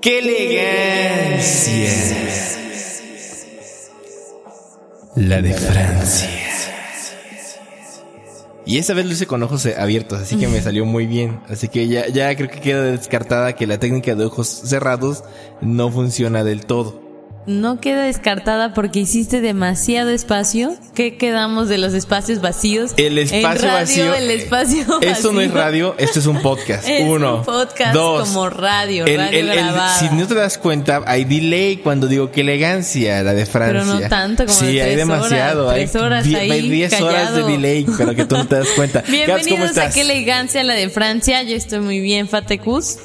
¡Qué elegancia! La de Francia. Y esta vez lo hice con ojos eh, abiertos, así que me salió muy bien. Así que ya, ya creo que queda descartada que la técnica de ojos cerrados no funciona del todo. No queda descartada porque hiciste demasiado espacio. ¿Qué quedamos de los espacios vacíos? El espacio radio, vacío. El espacio vacío. Esto no es radio, esto es un podcast. Es Uno. un podcast dos. como radio, radio grabada. si no te das cuenta, hay delay cuando digo que elegancia, la de Francia. Pero no tanto como Sí, de hay tres horas, demasiado. tres horas hay, die- ahí, hay 10 horas de callado. delay, pero que tú no te das cuenta. Gabs, ¿cómo Bienvenidos a estás? Qué elegancia la de Francia. Yo estoy muy bien, Fatecus.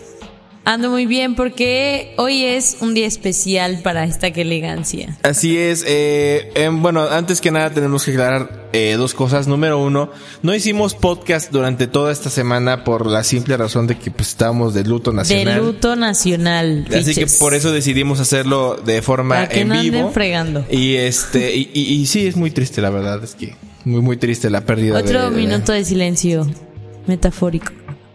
Ando muy bien porque hoy es un día especial para esta Qué elegancia. Así es. eh, em, bueno, antes que nada tenemos que aclarar eh, dos cosas. Número uno, no hicimos podcast durante toda esta semana por la simple razón de que pues, estábamos de luto nacional. De luto nacional. Así que bitches. por eso decidimos hacerlo de forma Para que en no anden vivo. fregando. Y este, y, y- y sí, es muy triste, la verdad, es que muy, muy triste la pérdida de- Otro de- minuto de silencio metafórico.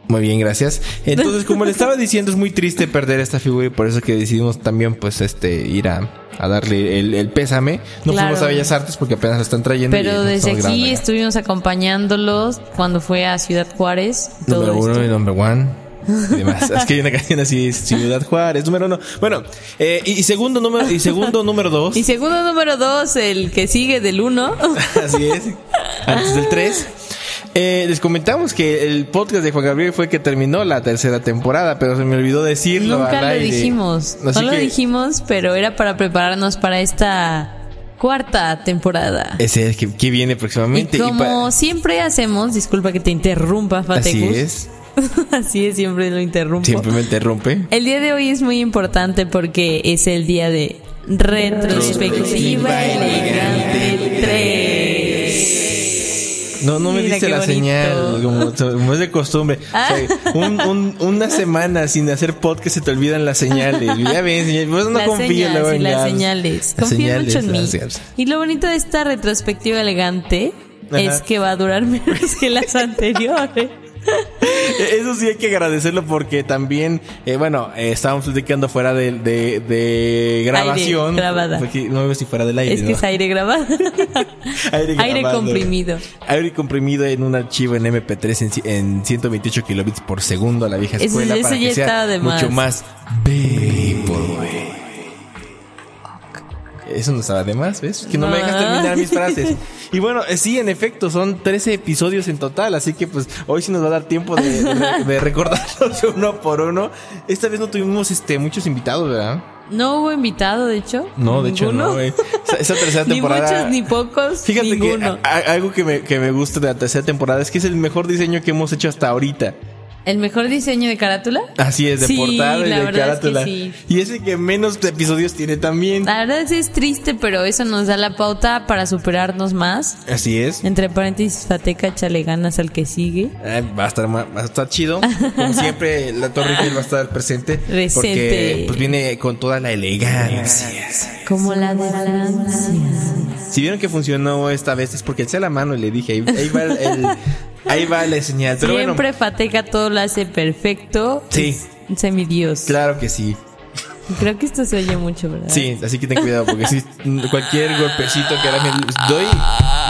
Muy bien, gracias. Entonces, como le estaba diciendo, es muy triste perder esta figura y por eso que decidimos también, pues, este, ir a, a darle el, el pésame. No Claro. fuimos a Bellas Artes porque apenas lo están trayendo. y Pero nos desde estamos aquí grabando acá. estuvimos acompañándolos cuando fue a Ciudad Juárez. todo Número uno esto. y number one. y demás. es que hay una canción así, es Ciudad Juárez, número uno. Bueno, eh, y, y segundo número, y segundo número dos. Y segundo número dos, el que sigue del uno. Así es. Antes del 3. les comentamos que el podcast de Juan Gabriel fue que terminó la tercera temporada, pero se me olvidó decirlo. Nunca al lo aire. dijimos. Así no lo que dijimos, pero era para prepararnos para esta cuarta temporada. Ese es que, que viene próximamente. Y y pa- como siempre hacemos, disculpa que te interrumpa, así Fatecus. es. Así es, siempre lo interrumpo. Siempre me interrumpe. El día de hoy es muy importante porque es el día de Retrospectiva Elegante 3. No, no me Mira diste qué la bonito. señal, como, como es de costumbre. Ah. O sea, un- un- una semana sin hacer podcast se te olvidan las señales. Ya ven, señal- pues no las confío señales, luego y en las Gabs. señales. Las Confío señales, mucho en mí. las Gabs. Y lo bonito de esta retrospectiva elegante Ajá. es que va a durar menos que las anteriores. Eso sí hay que agradecerlo porque también, eh, bueno, eh, estábamos platicando fuera de, de- de grabación. Aire, grabada. Porque no veo si fuera del aire. es que ¿no? es aire grabado. aire grabado. comprimido. Aire comprimido en un archivo en MP3 en, ci- en 128 kilobits por segundo a la vieja Eso- escuela eso para ya que sea estaba de mucho más vaporwave. Eso no estaba de más, ¿ves? Que no, me dejas No. terminar mis frases. Y bueno, eh, sí, en efecto, son 13 episodios en total, así que pues hoy sí nos va a dar tiempo de, de, de recordarlos uno por uno. Esta vez no tuvimos este muchos invitados, ¿verdad? No hubo invitado, de hecho. No, de hecho Ninguno. no. eh. Esa, esa tercera Ni temporada. muchos ni pocos. Fíjate ninguno. que ah, a- a- algo que me, que me gusta de la tercera temporada es que es el mejor diseño que hemos hecho hasta ahorita. ¿El mejor diseño de carátula? Así es, de Sí, portada y la de verdad es que carátula. sí. Y es el que menos episodios tiene también. La verdad sí es triste, pero eso nos da la pauta para superarnos más. Así es. Entre paréntesis, Fateca, échale ganas al que sigue. Eh, va, a estar, ma- va a estar chido. Como siempre, la Torre Eiffel va a estar presente. Presente. Porque pues, viene con toda la elegancia. Como la de Francia. Si vieron que funcionó esta vez es porque eché la mano y le dije, ahí, ahí va, el- el- ahí va la señal. Pero bueno, Siempre Fateca todo lo hace perfecto. Sí. Es un Semidios. claro que sí. Creo que esto se oye mucho, ¿verdad? Sí, así que ten cuidado porque si cualquier golpecito que ahora me- doy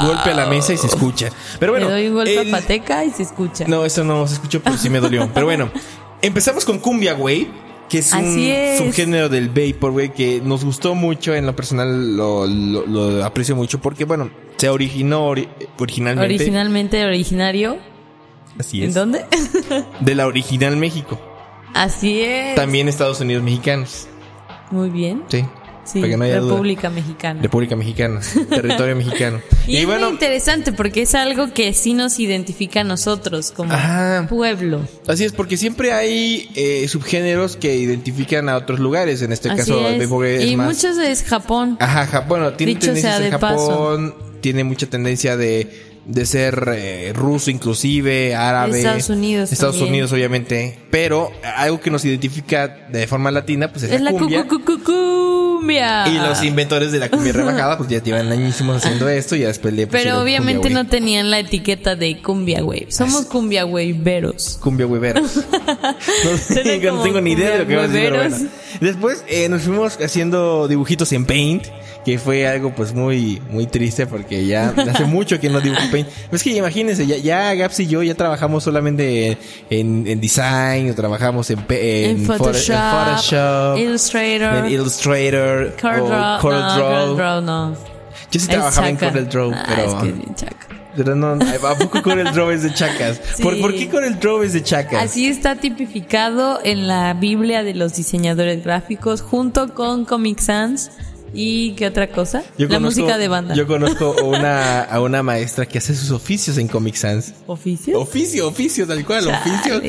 golpe a la mesa y se escucha. Pero bueno, Le doy un golpe el- a Fateca y se escucha. No, eso no se escuchó, pero sí me dolió. Pero bueno, empezamos con cumbia, güey, que es un Así es. subgénero del vapor, güey, que nos gustó mucho en lo personal, lo, lo- lo aprecio mucho porque bueno, se originó ori- originalmente Originalmente originario. así ¿En es, dónde? de la original México, Así es. también Estados Unidos mexicanos. Muy bien. Sí. Sí, para que no haya duda. República Mexicana. República Mexicana, territorio mexicano. y, es muy interesante porque es algo que sí nos identifica a nosotros como Ajá. pueblo. Así es, porque siempre hay eh, subgéneros que identifican a otros lugares. En este Así caso, es. de Bogue es y más. Ah, muchos es Japón. Ajá, Japón. Bueno, tiene Dicho tendencias sea en de Japón, tiene mucha tendencia de, de ser eh, ruso, inclusive, árabe. Estados Unidos Estados también. Unidos, obviamente. Pero algo que nos identifica de forma latina, pues es, es la cumbia. cucu- Ah. cucu- cumbia. Y los inventores de la cumbia rebajada, pues ya llevan añísimos haciendo esto y ya después le pusieron Pero obviamente cumbia, no tenían la etiqueta de cumbia wave. Somos cumbia waveros. Cumbia hueveros. no, Suena digo, no como tengo ni idea de lo que vamos a decir, pero hueveros. bueno. Después eh, nos fuimos haciendo dibujitos en Paint, que fue algo pues muy muy triste porque ya hace mucho que no dibujo en Paint. Pero es que imagínense, ya, ya Gaps y yo ya trabajamos solamente en, en design, o trabajamos en, pa- en, En Photo- en Photoshop, Photoshop, Illustrator, en Illustrator, o CorelDRAW. CorelDraw. No, CorelDRAW no. Yo Oh, sí Es trabajaba en chaca. CorelDRAW, Ah, pero... es que es bien chaca. Pero no, ¿a poco CorelDRAW es de chacas? ¿Por, Sí. ¿Por qué CorelDRAW es de chacas? Así está tipificado en la Biblia de los diseñadores gráficos junto con Comic Sans y qué otra cosa? la música de banda. Yo conozco una, a una maestra que hace sus oficios en Comic Sans. ¿Oficios? Oficio, oficio, tal cual, Chale.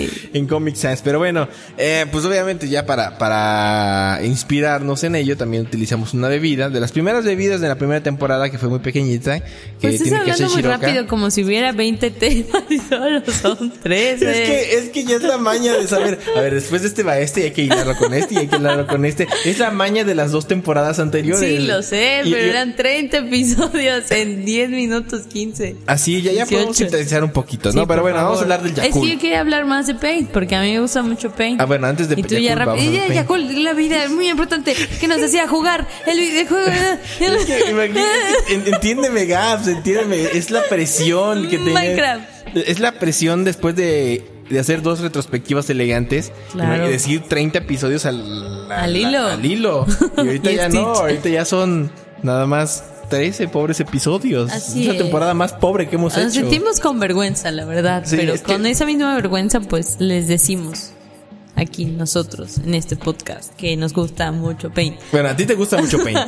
oficio en Comic Sans. Pero bueno, eh, pues obviamente ya para, para inspirarnos en ello también utilizamos una bebida. De las primeras bebidas de la primera temporada que fue muy pequeñita. Que Pues estás tiene que hablando ser muy Shiroka. rápido como si hubiera 20 temas y solo son 13. Es que, es que ya es la maña de saber. A ver, después de este va este y hay que hilarlo con este y hay que hilarlo con este. Es la maña de las dos temporadas anteriores. Sí, lo sé, Y- pero y- eran 30 episodios en 10 minutos 15. Así, ya, ya podemos 18. sintetizar un poquito, ¿no? Sí, Pero por bueno, vamos a favor. hablar del Es Yakul. que yo quería hablar más de Paint, porque a mí me gusta mucho Paint. Ah, bueno, antes de Y tú ya Yakul, vamos rápido. a Y ya, Paint. Yakul, la vida es muy importante, que nos hacía jugar el videojuego. Es que imagínate, en- entiéndeme, Gaps, entiéndeme. Es la presión que tenía. Minecraft. Es la presión después de, de hacer dos retrospectivas elegantes. Claro. Y decir 30 episodios al, Al hilo. Al hilo. Y ahorita Y ya Stitch. no, ahorita ya son nada más 13 pobres episodios. Así es la es. temporada más pobre que hemos Nos hecho. sentimos con vergüenza, la verdad, Sí, pero es que- con esa misma vergüenza, pues les decimos aquí nosotros, en este podcast, que nos gusta mucho Paint. Bueno, a ti te gusta mucho Paint.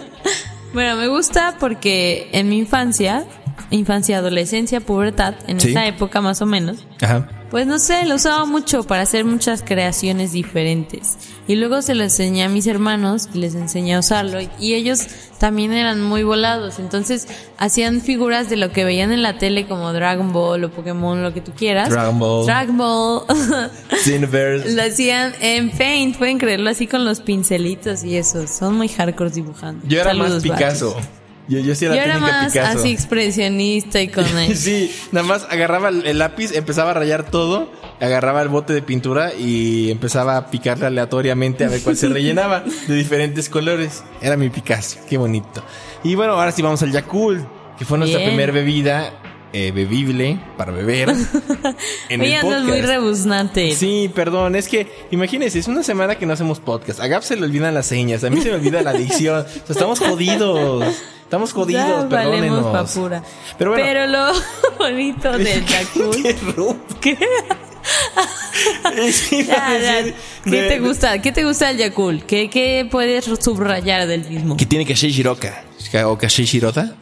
Bueno, me gusta porque en mi infancia, infancia, adolescencia, pubertad, en Sí. esa época más o menos, Ajá. pues no sé, lo usaba mucho para hacer muchas creaciones diferentes. Y luego se lo enseñé a mis hermanos y les enseñé a usarlo. Y ellos también eran muy volados. Entonces hacían figuras de lo que veían en la tele como Dragon Ball o Pokémon, lo que tú quieras. Dragon Ball. Dragon Ball. Cineverse. lo hacían en Paint, pueden creerlo así con los pincelitos y eso. Son muy hardcore dibujando. Yo era más Saludos, Picasso. vatos. Yo, yo sí Yo era era técnica más Picasso. así expresionista y con el- Sí, nada más agarraba el el lápiz, empezaba a rayar todo, agarraba el bote de pintura y empezaba a picarle aleatoriamente a ver cuál se rellenaba de diferentes colores. Era mi Picasso, qué bonito. Y bueno, ahora sí vamos al Yakult, que fue nuestra Bien. primera bebida eh, bebible para beber en Oye, el andas podcast. muy rebuznante. Sí, perdón, es que imagínense, es una semana que no hacemos podcast. A Gab se le olvidan las señas, a mí se me olvida la adicción. O sea, estamos jodidos. Estamos jodidos, Ya valemos perdónenos. papura. Pero bueno. Pero lo bonito del Yakul. Qué rudo. ¿Qué? Sí, iba a Ya, ya. decir ¿Qué de- te gusta? ¿Qué te gusta del Yakul? ¿Qué, qué puedes subrayar del mismo? Que tiene Kasei Shiroka. ¿O Kasei Shirota?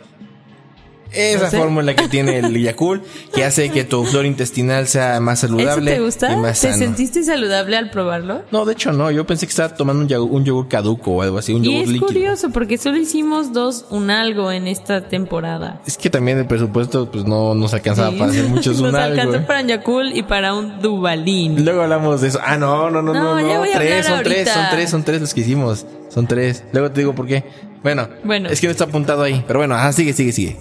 Es la sé. fórmula que tiene el Yakul que hace que tu flor intestinal sea más ¿Eso saludable te gusta? y más ¿Te sano. sentiste saludable al probarlo? No, de hecho no, yo pensé que estaba tomando un yogur, un yogur caduco o algo así, un Y yogur es líquido. curioso porque solo hicimos dos un algo en esta temporada. Es que también el presupuesto pues no nos alcanzaba Sí. para hacer muchos Nos un algo, alcanzó ¿eh? para un Yakul y para un Dubalín. Luego hablamos de eso. Ah, no, no, no, no, No, no. ya voy a tres, son hablar tres, son ahorita. tres, son tres los que hicimos. Son tres. Luego te digo por qué. Bueno, Bueno. es que no está apuntado ahí. Pero bueno, ajá, sigue, sigue, sigue.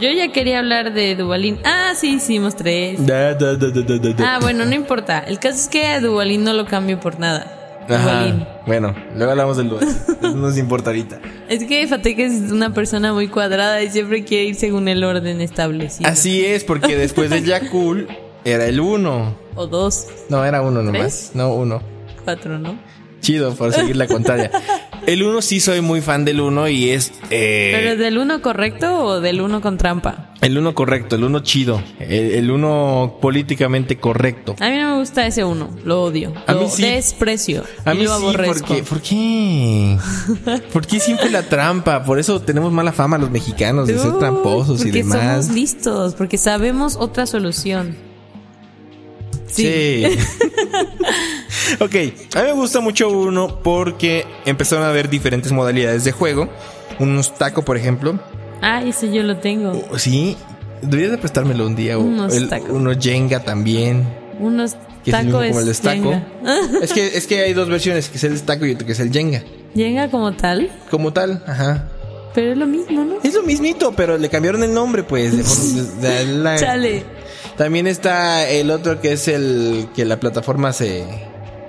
Yo ya quería hablar de Dubalín. Ah, sí, hicimos tres. Da, da, da, da, da, da, da. Ah, bueno, no importa. El caso es que a Dubalín no lo cambio por nada. Duvalín. Ajá. Bueno, luego hablamos del duelo. No nos importa ahorita. Es que Fateke es una persona muy cuadrada y siempre quiere ir según el orden establecido. Así es, porque después del Yakul era el uno. O dos, No, era uno nomás. ¿Tres? No, uno. cuatro, ¿no? Chido por seguir la contraria. El uno sí soy muy fan del uno y es. eh, Pero ¿del uno correcto o del uno con trampa? El uno correcto, el uno chido, el, el uno políticamente correcto. A mí no me gusta ese uno, lo odio. A Lo mí sí. desprecio. A y mí lo sí, aborrezco. porque, ¿por qué? ¿Por qué siempre la trampa? Por eso tenemos mala fama los mexicanos de ser Uy, tramposos y porque demás. somos listos, porque sabemos otra solución. Sí. ok, a mí me gusta mucho uno porque empezaron a haber diferentes modalidades de juego. Unos tacos, por ejemplo. Ah, ese yo lo tengo. O- Sí, deberías de prestármelo un día. o Unos el- tacos. Unos Jenga también. Unos Que es el mismo tacos como el es estaco. Jenga. es, que, es que hay dos versiones, que es el estaco y otro que es el Jenga. Jenga como tal, Como tal, ajá. pero es lo mismo, ¿no? Es lo mismito, pero le cambiaron el nombre, pues. de forma- de- de la- Chale. También está el otro que es el que la plataforma se...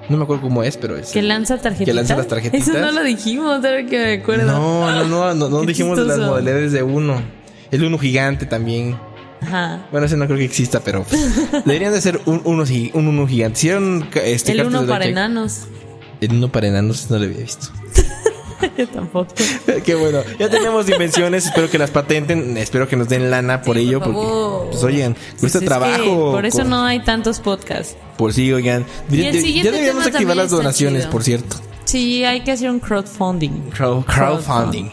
No me acuerdo cómo es, pero es... Que lanza tarjetitas. Que lanza las tarjetitas. Eso no lo dijimos, ahora que me acuerdo. No, no, no, no, no Qué dijimos las chistoso. modalidades de uno. El uno gigante también. Ajá. Bueno, ese no creo que exista, pero pues, deberían de ser un uno, gi- un uno gigante. Hicieron este El cartas uno de para blackjack. enanos. El uno para enanos no lo había visto. Yo tampoco. Qué bueno. Ya tenemos dimensiones. espero que las patenten. Espero que nos den lana por Sí, por ello. favor. porque, pues, oigan, Pues cuesta es que trabajo. Por eso con- no hay tantos podcasts. Por Pues sí, oigan. Y el Ya- ya siguiente deberíamos tema activar también las está donaciones, chido. por cierto. Sí, hay que hacer un crowdfunding. Crow- Crowdfunding.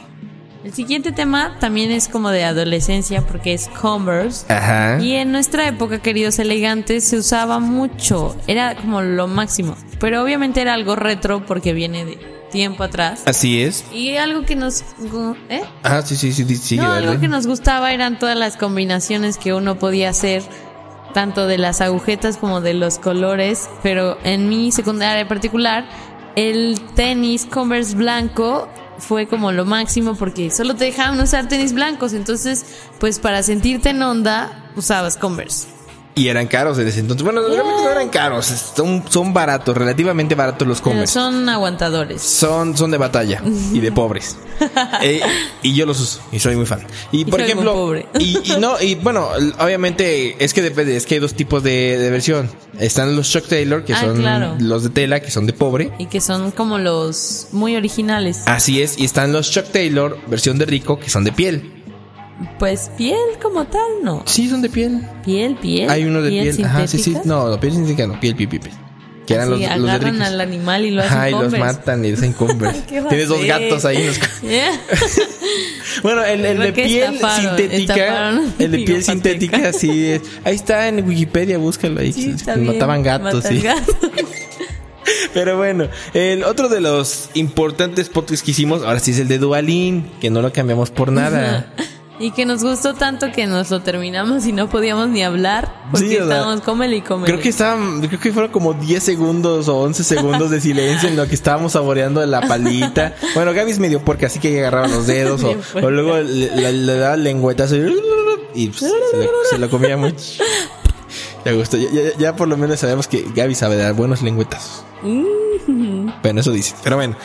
El siguiente tema también es como de adolescencia porque es Converse. Ajá. Y en nuestra época, queridos elegantes, se usaba mucho. Era como lo máximo. Pero obviamente era algo retro porque viene de tiempo atrás. Así es. Y algo que nos... gu- ¿Eh? Ah, sí, sí, sí, sí, sigue, no, dale. algo que nos gustaba eran todas las combinaciones que uno podía hacer, tanto de las agujetas como de los colores, pero en mi secundaria en particular, el tenis Converse blanco fue como lo máximo porque solo te dejaban usar tenis blancos, entonces pues para sentirte en onda usabas Converse. Y eran caros en ese entonces. Bueno, realmente no eran caros. Son, son baratos, relativamente baratos los Pero Converse. son aguantadores. Son, son de batalla y de pobres. Eh, y yo los uso y soy muy fan. Y, Y por soy muy ejemplo, pobre. Y, y no, y bueno, l- obviamente es que depende, es que hay dos tipos de, de versión. Están los Chuck Taylor, que Ah, son claro. los de tela, que son de pobre. Y que son como los muy originales. Así es, y están los Chuck Taylor, versión de rico, que son de piel. Pues piel como tal, no. Sí, son de piel. Piel, ¿Eh? piel. Hay uno de piel, ajá, sí, sí. sintética. No, no, piel sintética, no, piel, piel, piel. piel. Que eran los, Sí, los de agarran ricos. al animal y lo hacen Ajá, y los Converse. matan y los hacen Converse. ¿Qué va a Tienes dos ser? gatos ahí. los- Yeah. Bueno, el, el de Creo que piel estafaron, sintética. estafaron. El de piel Digo, Patrick. sintética, sí. es- Ahí está en Wikipedia, búscalo ahí. Sí, que está bien. mataban gatos, Matan sí. gatos. Pero bueno, el otro de los importantes podcasts que hicimos, ahora sí es el de Dualin, que no lo cambiamos por nada. Y que nos gustó tanto que nos lo terminamos y no podíamos ni hablar porque Sí, o sea, estábamos cómele y cómele. Creo que estaban, creo que fueron como 10 segundos o 11 segundos de silencio en lo que estábamos saboreando la palita. Bueno, Gaby es medio porque así que agarraba los dedos o, Medio o luego le, le- le daba lengüetazo y, y, pues, se, lo, se lo comía mucho. Ya gustó. Ya, ya- ya por lo menos sabemos que Gaby sabe dar buenos lengüetazos. Bueno, eso dice. Pero bueno.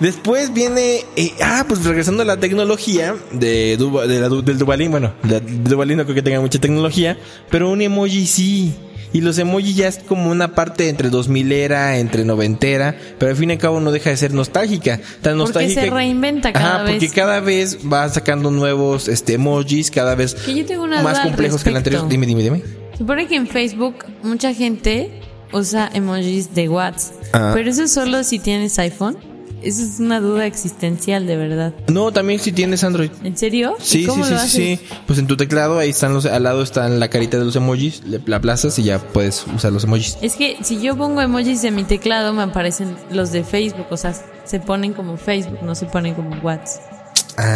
Después viene. eh, ah, pues regresando a la tecnología de, Duba- de la Du- del Dubalín. Bueno, la- el Dubalín no creo que tenga mucha tecnología. Pero un emoji sí. Y los emojis ya es como una parte entre 2000 era, entre noventera. Pero al fin y al cabo no deja de ser nostálgica. Tan Porque nostálgica. se reinventa cada Ajá, porque vez. cada vez va sacando nuevos este, emojis, cada vez Que yo tengo una más duda al complejos que el respecto. anterior. Dime, dime, dime. Supone que en Facebook mucha gente usa emojis de WhatsApp. Ah. Pero eso es solo si tienes iPhone. Esa es una duda existencial, de verdad. No, también si tienes Android. ¿En serio? ¿Y Sí, sí, cómo sí, lo sí, haces? sí. Pues en tu teclado ahí están los, al lado están la carita de los emojis, le la aplazas y ya puedes usar los emojis. Es que si yo pongo emojis de mi teclado, me aparecen los de Facebook. O sea, se ponen como Facebook, no se ponen como WhatsApp.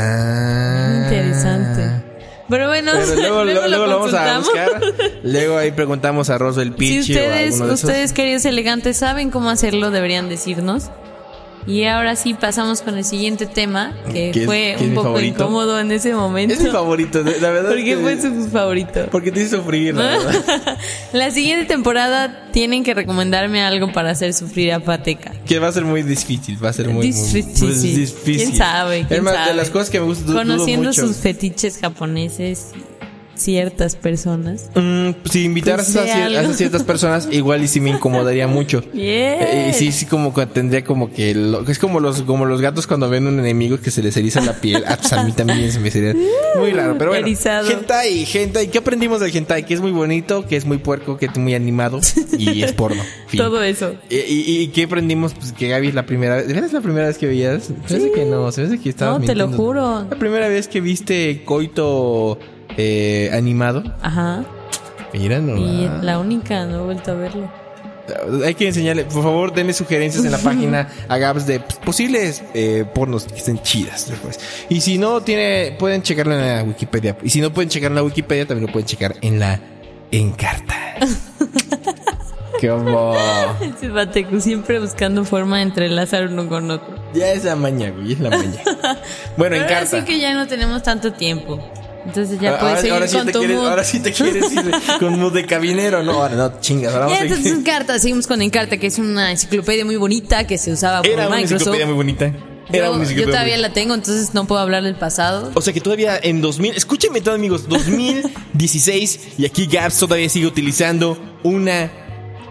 Ah. Interesante. Pero bueno, Pero luego, luego, luego lo vamos a consultamos. buscar. Luego ahí preguntamos a Rosso el Si Pichi o ustedes, a alguno de esos. ustedes queridos elegantes, saben cómo hacerlo, deberían decirnos. Y ahora sí pasamos con el siguiente tema, que ¿Qué es- fue qué es un mi poco favorito? incómodo en ese momento. Es mi favorito, de- la verdad. ¿Por qué es que- fue su favorito? Porque te hizo sufrir, la verdad. La siguiente temporada tienen que recomendarme algo para hacer sufrir a Pateca. Que va a ser muy difícil, va a ser muy, muy- Difícil. pues, difícil. ¿Quién sabe? ¿Quién Es más, de sabe? las cosas que me gusta du- dudo Conociendo mucho. sus fetiches japoneses. ciertas personas. Mm, si invitaras Pues, a, de cier- a algo. esas ciertas personas, igual y sí me incomodaría mucho. Bien. Eh, y sí, sí, como que tendría como que... lo- es como los como los gatos cuando ven un enemigo que se les eriza la piel. Ah, pues a mí también se me sería muy raro. Pero bueno, Erizado. hentai, hentai. ¿Qué aprendimos del hentai? Que es muy bonito, que es muy puerco, que es muy animado y es porno. Fin. Todo eso. ¿Y, y, y qué aprendimos? Pues que Gaby es la primera vez. ¿De veras es la primera vez que veías? Se me hace que no, se me hace que estaba No, te lo mintiendo. juro. La primera vez que viste coito eh, animado. Ajá. Mira, no. Y va. la única, no he vuelto a verlo. Hay que enseñarle. Por favor, denle sugerencias en la página a Gabs de pues, posibles eh, pornos que estén chidas. después. Y si no tiene, pueden checarlo en la Wikipedia. Y si no pueden checar en la Wikipedia, también lo pueden checar en la Encarta. ¡Qué bobo! Ese Batecu siempre buscando forma de entrelazar uno con otro. Ya es la maña, güey, es la maña. Bueno, Pero ahora Encarta. sí que ya no tenemos tanto tiempo. Entonces ya Ahora- puedes Ah, ahora, seguir ahora sí con te tu quieres, mood. ahora sí te quieres ir con mood de cabinero, no, ahora no, chingas, ahora vamos Ya, a entonces ir. Encarta, seguimos con Encarta, que es una enciclopedia muy bonita que se usaba por Era una Microsoft. enciclopedia muy bonita. Era yo, una yo enciclopedia todavía muy- la tengo, entonces no puedo hablar del pasado. O sea que todavía en 2000, escúchame todos amigos, 2016 y aquí Gaps todavía sigue utilizando una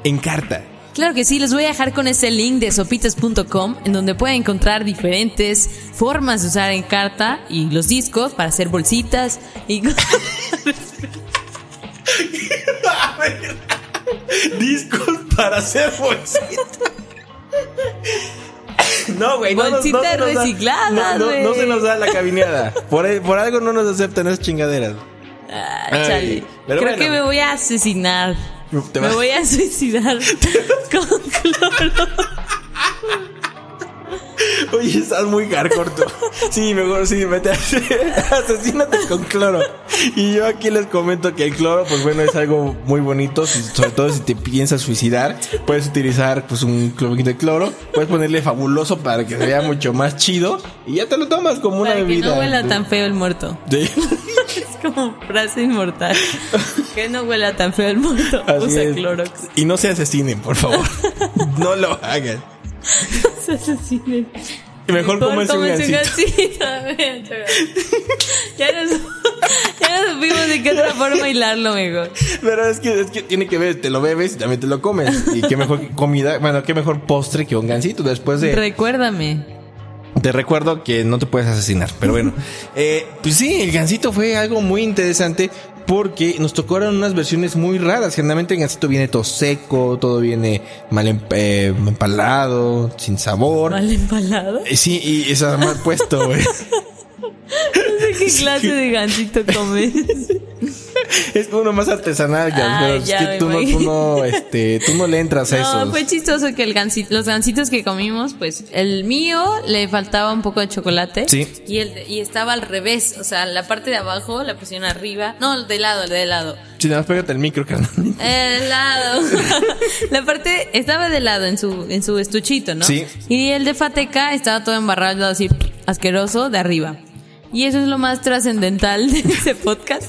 encarta. Claro que sí, les voy a dejar con ese link de sopitas.com en donde pueden encontrar diferentes formas de usar Encarta y los discos para hacer bolsitas y Discos para hacer bolsitas. No, güey, no, nos- no Bolsitas se nos da- recicladas, no, no- no se güey. nos da la cabineada. Por, por algo no nos aceptan esas chingaderas. Ah, Ay, chale. pero Creo bueno. que me voy a asesinar. Te me vas- voy a suicidar con cloro. Oye, estás muy hardcore tú. Sí, mejor sí, vete a asesínate con cloro. Y yo aquí les comento que el cloro, pues bueno, es algo muy bonito, si- sobre todo si te piensas suicidar, puedes utilizar pues un clorito de cloro, puedes ponerle fabuloso para que se vea mucho más chido y ya te lo tomas como una Para que bebida. no huela tan feo el muerto. Sí, Es como frase inmortal. Que no huela tan feo el muerto. así Usa es. Clorox. Y no se asesinen, por favor. No lo hagan. Se asesinen. Y mejor cómense un cómense gansito. gansito. A ver, chaval. ya nos, ya nos supimos de qué otra forma hilarlo mejor. Pero es que, es que tiene que ver, te lo bebes y también te lo comes. Y qué mejor comida, bueno, qué mejor postre que un gansito después de... Recuérdame. Te recuerdo que no te puedes asesinar, pero bueno. Eh, pues sí, el gansito fue algo muy interesante porque nos tocaron unas versiones muy raras. Generalmente el gansito viene todo seco, todo viene mal emp- eh, empalado, sin sabor. ¿Mal empalado? Eh, Sí, y está mal puesto, güey. ¿Qué clase de gansito comes? Es uno más artesanal, Gans, Ah, pero es ya que me tú no, tú, imagino. no, este, tú no le entras a eso. No, pues fue chistoso que el gansi- los gansitos que comimos, pues el mío le faltaba un poco de chocolate. Sí. Y, el, y estaba al revés, o sea, la parte de abajo la pusieron arriba. No, de lado, de lado. Si nada más pégate el micro, carnal. Eh, De lado. la parte estaba de lado en su, en su estuchito, ¿no? Sí. Y el de Fateca estaba todo embarrado así, asqueroso, de arriba. Y eso es lo más trascendental de ese podcast.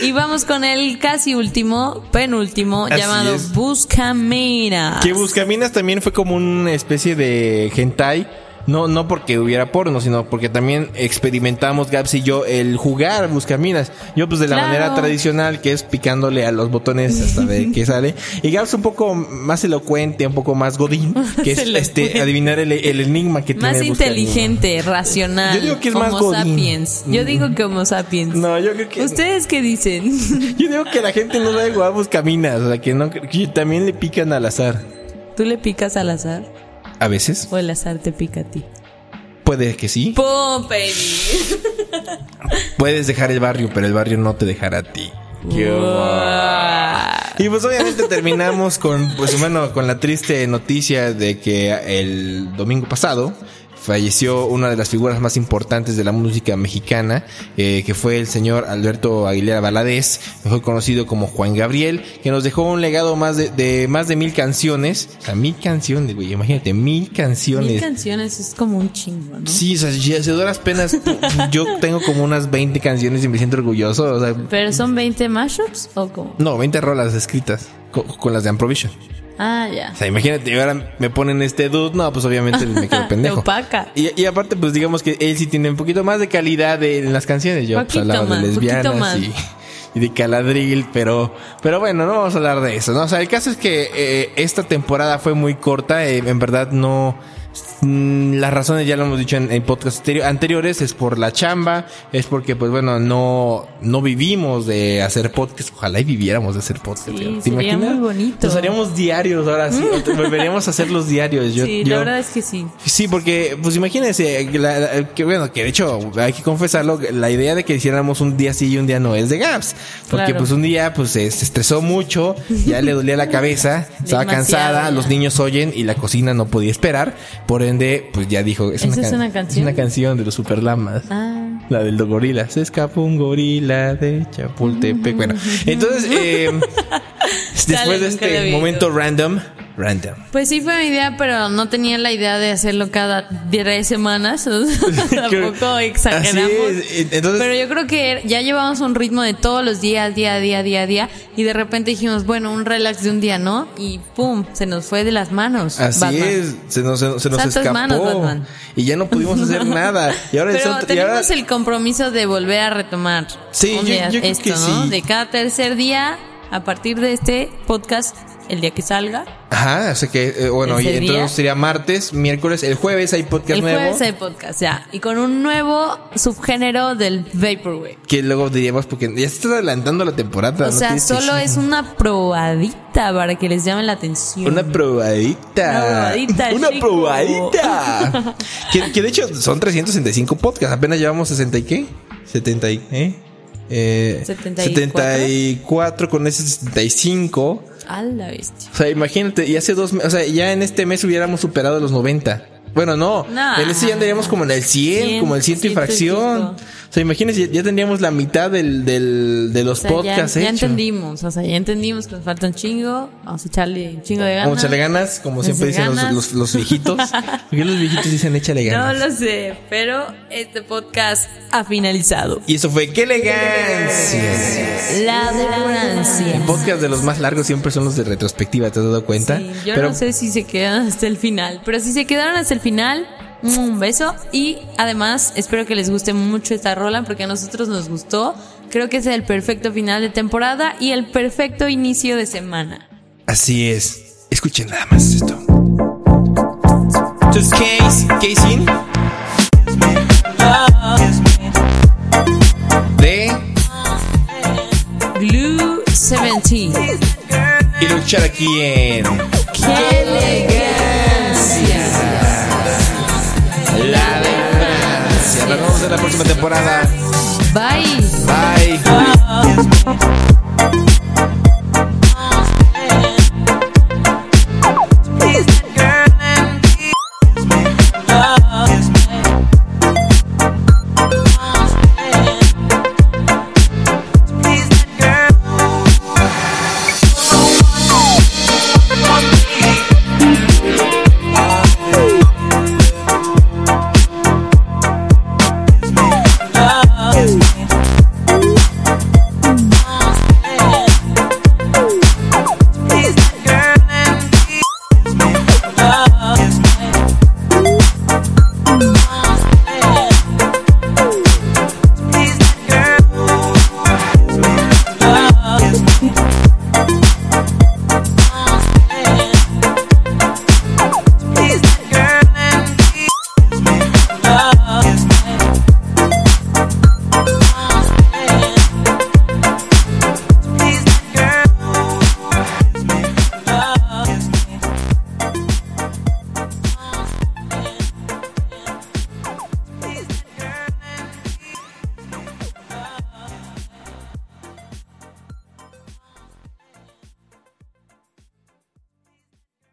Y vamos con el casi último, penúltimo, Así llamado es. Buscaminas. Que Buscaminas también fue como una especie de hentai. No, no porque hubiera porno, sino porque también experimentamos Gaps y yo el jugar Buscaminas. Yo pues de la Claro. manera tradicional que es picándole a los botones hasta ver qué sale. Y Gaps un poco más elocuente, un poco más godín, que es Elocuente. este adivinar el, el enigma que Más tiene Buscaminas. inteligente, racional. Yo digo que es más Homo godín. sapiens. Yo digo que Homo sapiens. No, yo creo que ¿Ustedes qué dicen? yo digo que la gente no sabe jugar Buscaminas, o sea que no que también le pican al azar. ¿Tú le picas al azar A veces o el azar te pica a ti? puede que sí, ¡Pum, baby! puedes dejar el barrio, pero el barrio no te dejará a ti. Uah. Y pues obviamente terminamos con, pues bueno, con la triste noticia de que el domingo pasado falleció una de las figuras más importantes de la música mexicana, eh, que fue el señor Alberto Aguilera Valadez, mejor conocido como Juan Gabriel, que nos dejó un legado más de, de más de mil canciones, o sea, mil canciones, güey, imagínate, mil Mil canciones. canciones es como un chingo, ¿no? Sí, o sea, ya se duras penas, yo tengo como unas 20 canciones y me siento orgulloso, o sea, ¿Pero son 20 mashups o cómo? no, 20 rolas escritas co- con, las de Amprovision. Ah, ya. O sea, imagínate, ahora me ponen este dude, no, pues obviamente me quedo pendejo. Te opaca. Y, y aparte, pues digamos que él sí tiene un poquito más de calidad de- en las canciones. Yo pues, Poquito hablaba más, de poquito lesbianas más. y, y de Caladril, pero, pero bueno, no vamos a hablar de eso, ¿no? O sea, el caso es que eh, esta temporada fue muy corta, eh, en verdad no... mm, Las razones ya lo hemos dicho en, en podcasts anteri- anteriores, es por la chamba, es porque pues bueno, no, no vivimos de hacer podcast, ojalá y viviéramos de hacer podcast. Sí, ¿te sería imaginas? muy bonito. Mm. Nos haríamos diarios ahora sí, volveríamos a hacer los diarios. Yo, sí, yo- la verdad es que sí. Sí, porque, pues imagínense, la- la- que bueno, que de hecho, hay que confesarlo, la idea de que hiciéramos un día sí y un día no es de Gaps. Porque Claro. pues un día, pues se, se estresó mucho, ya le dolía la cabeza, estaba Demasiado, cansada, ya. los niños oyen y la cocina no podía esperar. Por ende, pues ya dijo, es, ¿Esa una, es can- una canción? una canción de los Superlamas. Ah, La del gorila. Se escapó un gorila de Chapultepec. Bueno, entonces, eh, después de nunca lo he este visto. momento random, random. Pues sí fue mi idea, pero no tenía la idea de hacerlo cada 10 semanas. o sea, Tampoco exageramos. Así es, entonces- pero yo creo que ya llevamos un ritmo de todos los días, día a día, día a día. Y de repente dijimos, bueno, un relax de un día, ¿no? Y pum, se nos fue de las manos. Así Batman. es, se nos, se nos- se nos Santas escapó manos, Batman. y ya no pudimos hacer nada. Y ahora, Pero son- y ahora- tenemos el compromiso de volver a retomar Sí, yo- un día yo creo esto, que ¿no? sí. De cada tercer día, a partir de este podcast, el día que salga, Ajá, o sea que, eh, bueno, y ¿Ese entonces día? sería martes, miércoles, el jueves hay podcast el nuevo. jueves hay podcast, ya. Y con un nuevo subgénero del Vaporwave. Que luego diríamos, porque ya se está adelantando la temporada. O ¿no? sea, Tienes que- solo es una probadita para que les llame la atención. Una probadita. Una Una probadita, chico. probadita. que, que de hecho son 365 podcasts. Apenas llevamos 60 y qué? 70 y, ¿eh? Eh, 74. 74 con ese 75. A la bestia. O sea, imagínate, y hace dos meses, o sea, ya en este mes hubiéramos superado los 90. Bueno, no, No. en este ya andaríamos como en el 100, 100, como el ciento y 100 y fracción. pico. O sea, imagínense, ya, ya tendríamos la mitad del, del, de los O sea, ya, podcasts ya hechos. entendimos, o sea, ya entendimos que nos falta un chingo. Vamos a echarle un chingo de ganas. Como echarle ganas, como siempre Echarle dicen los, ganas. los, los viejitos. Porque los viejitos dicen échale No ganas. lo sé, pero este podcast ha finalizado. Y eso fue, ¡qué elegancia! La demorancia. El podcast de los más largos siempre son los de retrospectiva, ¿te has dado cuenta? Sí, yo no sé si se quedan hasta el final, pero si se quedaron hasta el final, mm, un beso y además espero que les guste mucho esta rola porque a nosotros nos gustó. Creo que es el perfecto final de temporada y el perfecto inicio de semana. Así es. Escuchen nada más esto. Entonces, case, casing de Glue 17. y luchar aquí en ¡Qué elegancia! La de Francia. Nos vemos en la próxima temporada. Bye. Bye.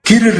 ¿Quiere